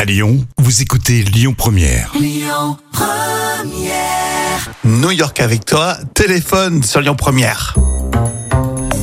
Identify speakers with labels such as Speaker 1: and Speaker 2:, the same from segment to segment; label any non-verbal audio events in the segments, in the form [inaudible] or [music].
Speaker 1: À Lyon, vous écoutez Lyon Première.
Speaker 2: New York avec toi, téléphone sur Lyon Première.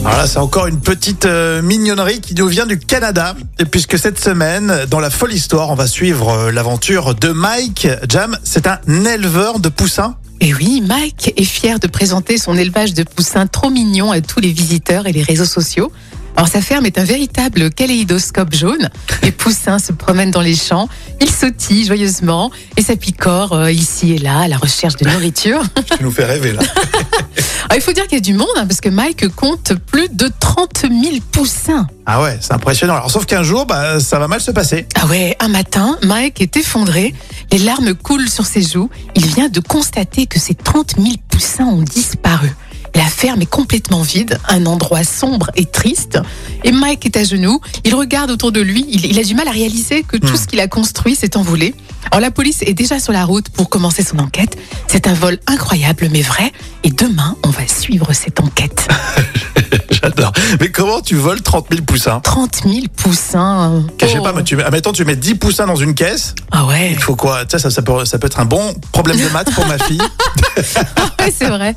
Speaker 2: Alors là, c'est encore une petite euh, mignonnerie qui nous vient du Canada. Et puisque cette semaine, dans la folle histoire, on va suivre euh, l'aventure de Mike. Jam, c'est un éleveur de poussins.
Speaker 3: Et oui, Mike est fier de présenter son élevage de poussins trop mignon à tous les visiteurs et les réseaux sociaux. Alors sa ferme est un véritable kaléidoscope jaune. Les poussins se promènent dans les champs, ils sautillent joyeusement et ça picore euh, ici et là à la recherche de nourriture.
Speaker 2: [laughs] Tu nous fais rêver là.
Speaker 3: Alors, il faut dire qu'il y a du monde hein, parce que Mike compte plus de 30 000 poussins.
Speaker 2: Ah ouais, c'est impressionnant. Alors sauf qu'un jour, bah, ça va mal se passer.
Speaker 3: Ah ouais, un matin, Mike est effondré, les larmes coulent sur ses joues. Il vient de constater que ses 30 000 poussins ont disparu. La ferme est complètement vide, un endroit sombre et triste. Et Mike est à genoux, il regarde autour de lui, il, il a du mal à réaliser que tout
Speaker 2: Hmm.
Speaker 3: ce qu'il a construit s'est envolé. Alors la police est déjà sur la route pour commencer son enquête. C'est un vol incroyable mais vrai. Et demain, on va suivre cette enquête.
Speaker 2: [laughs] J'adore. Mais comment tu voles 30 000 poussins
Speaker 3: 30 000 poussins.
Speaker 2: Je sais
Speaker 3: Oh.
Speaker 2: pas, mais tu, mets- admettons, tu mets 10 poussins dans une caisse. [laughs]
Speaker 3: Ah ouais.
Speaker 2: Il faut quoi Tu sais, ça, ça peut, ça peut être un bon problème de maths pour ma fille.
Speaker 3: ouais c'est vrai.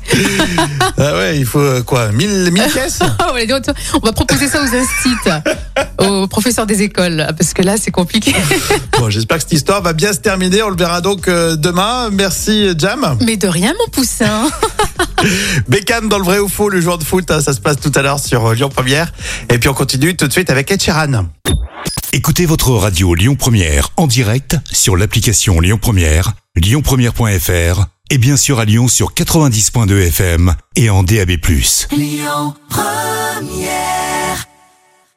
Speaker 2: [laughs] Ah ouais, il faut euh, quoi 1000, [laughs] 1000 caisses
Speaker 3: [laughs] Ah, on, va dire, on va proposer ça aux instits, aux professeurs des écoles, parce que là, c'est compliqué. [laughs]
Speaker 2: Bon, j'espère que cette histoire va bien se terminer. On le verra donc euh, demain. Merci, euh, Jam.
Speaker 3: Mais de rien, mon poussin.
Speaker 2: Beckham dans le vrai ou faux, le joueur de foot. hein, ça se passe tout à l'heure sur euh, Lyon Première. Et puis on continue tout de suite avec Ed Sheeran.
Speaker 1: Écoutez votre radio Lyon Première en direct sur l'application Lyon Première, lyonpremière.fr et bien sûr à Lyon sur 90.2 FM et en DAB+.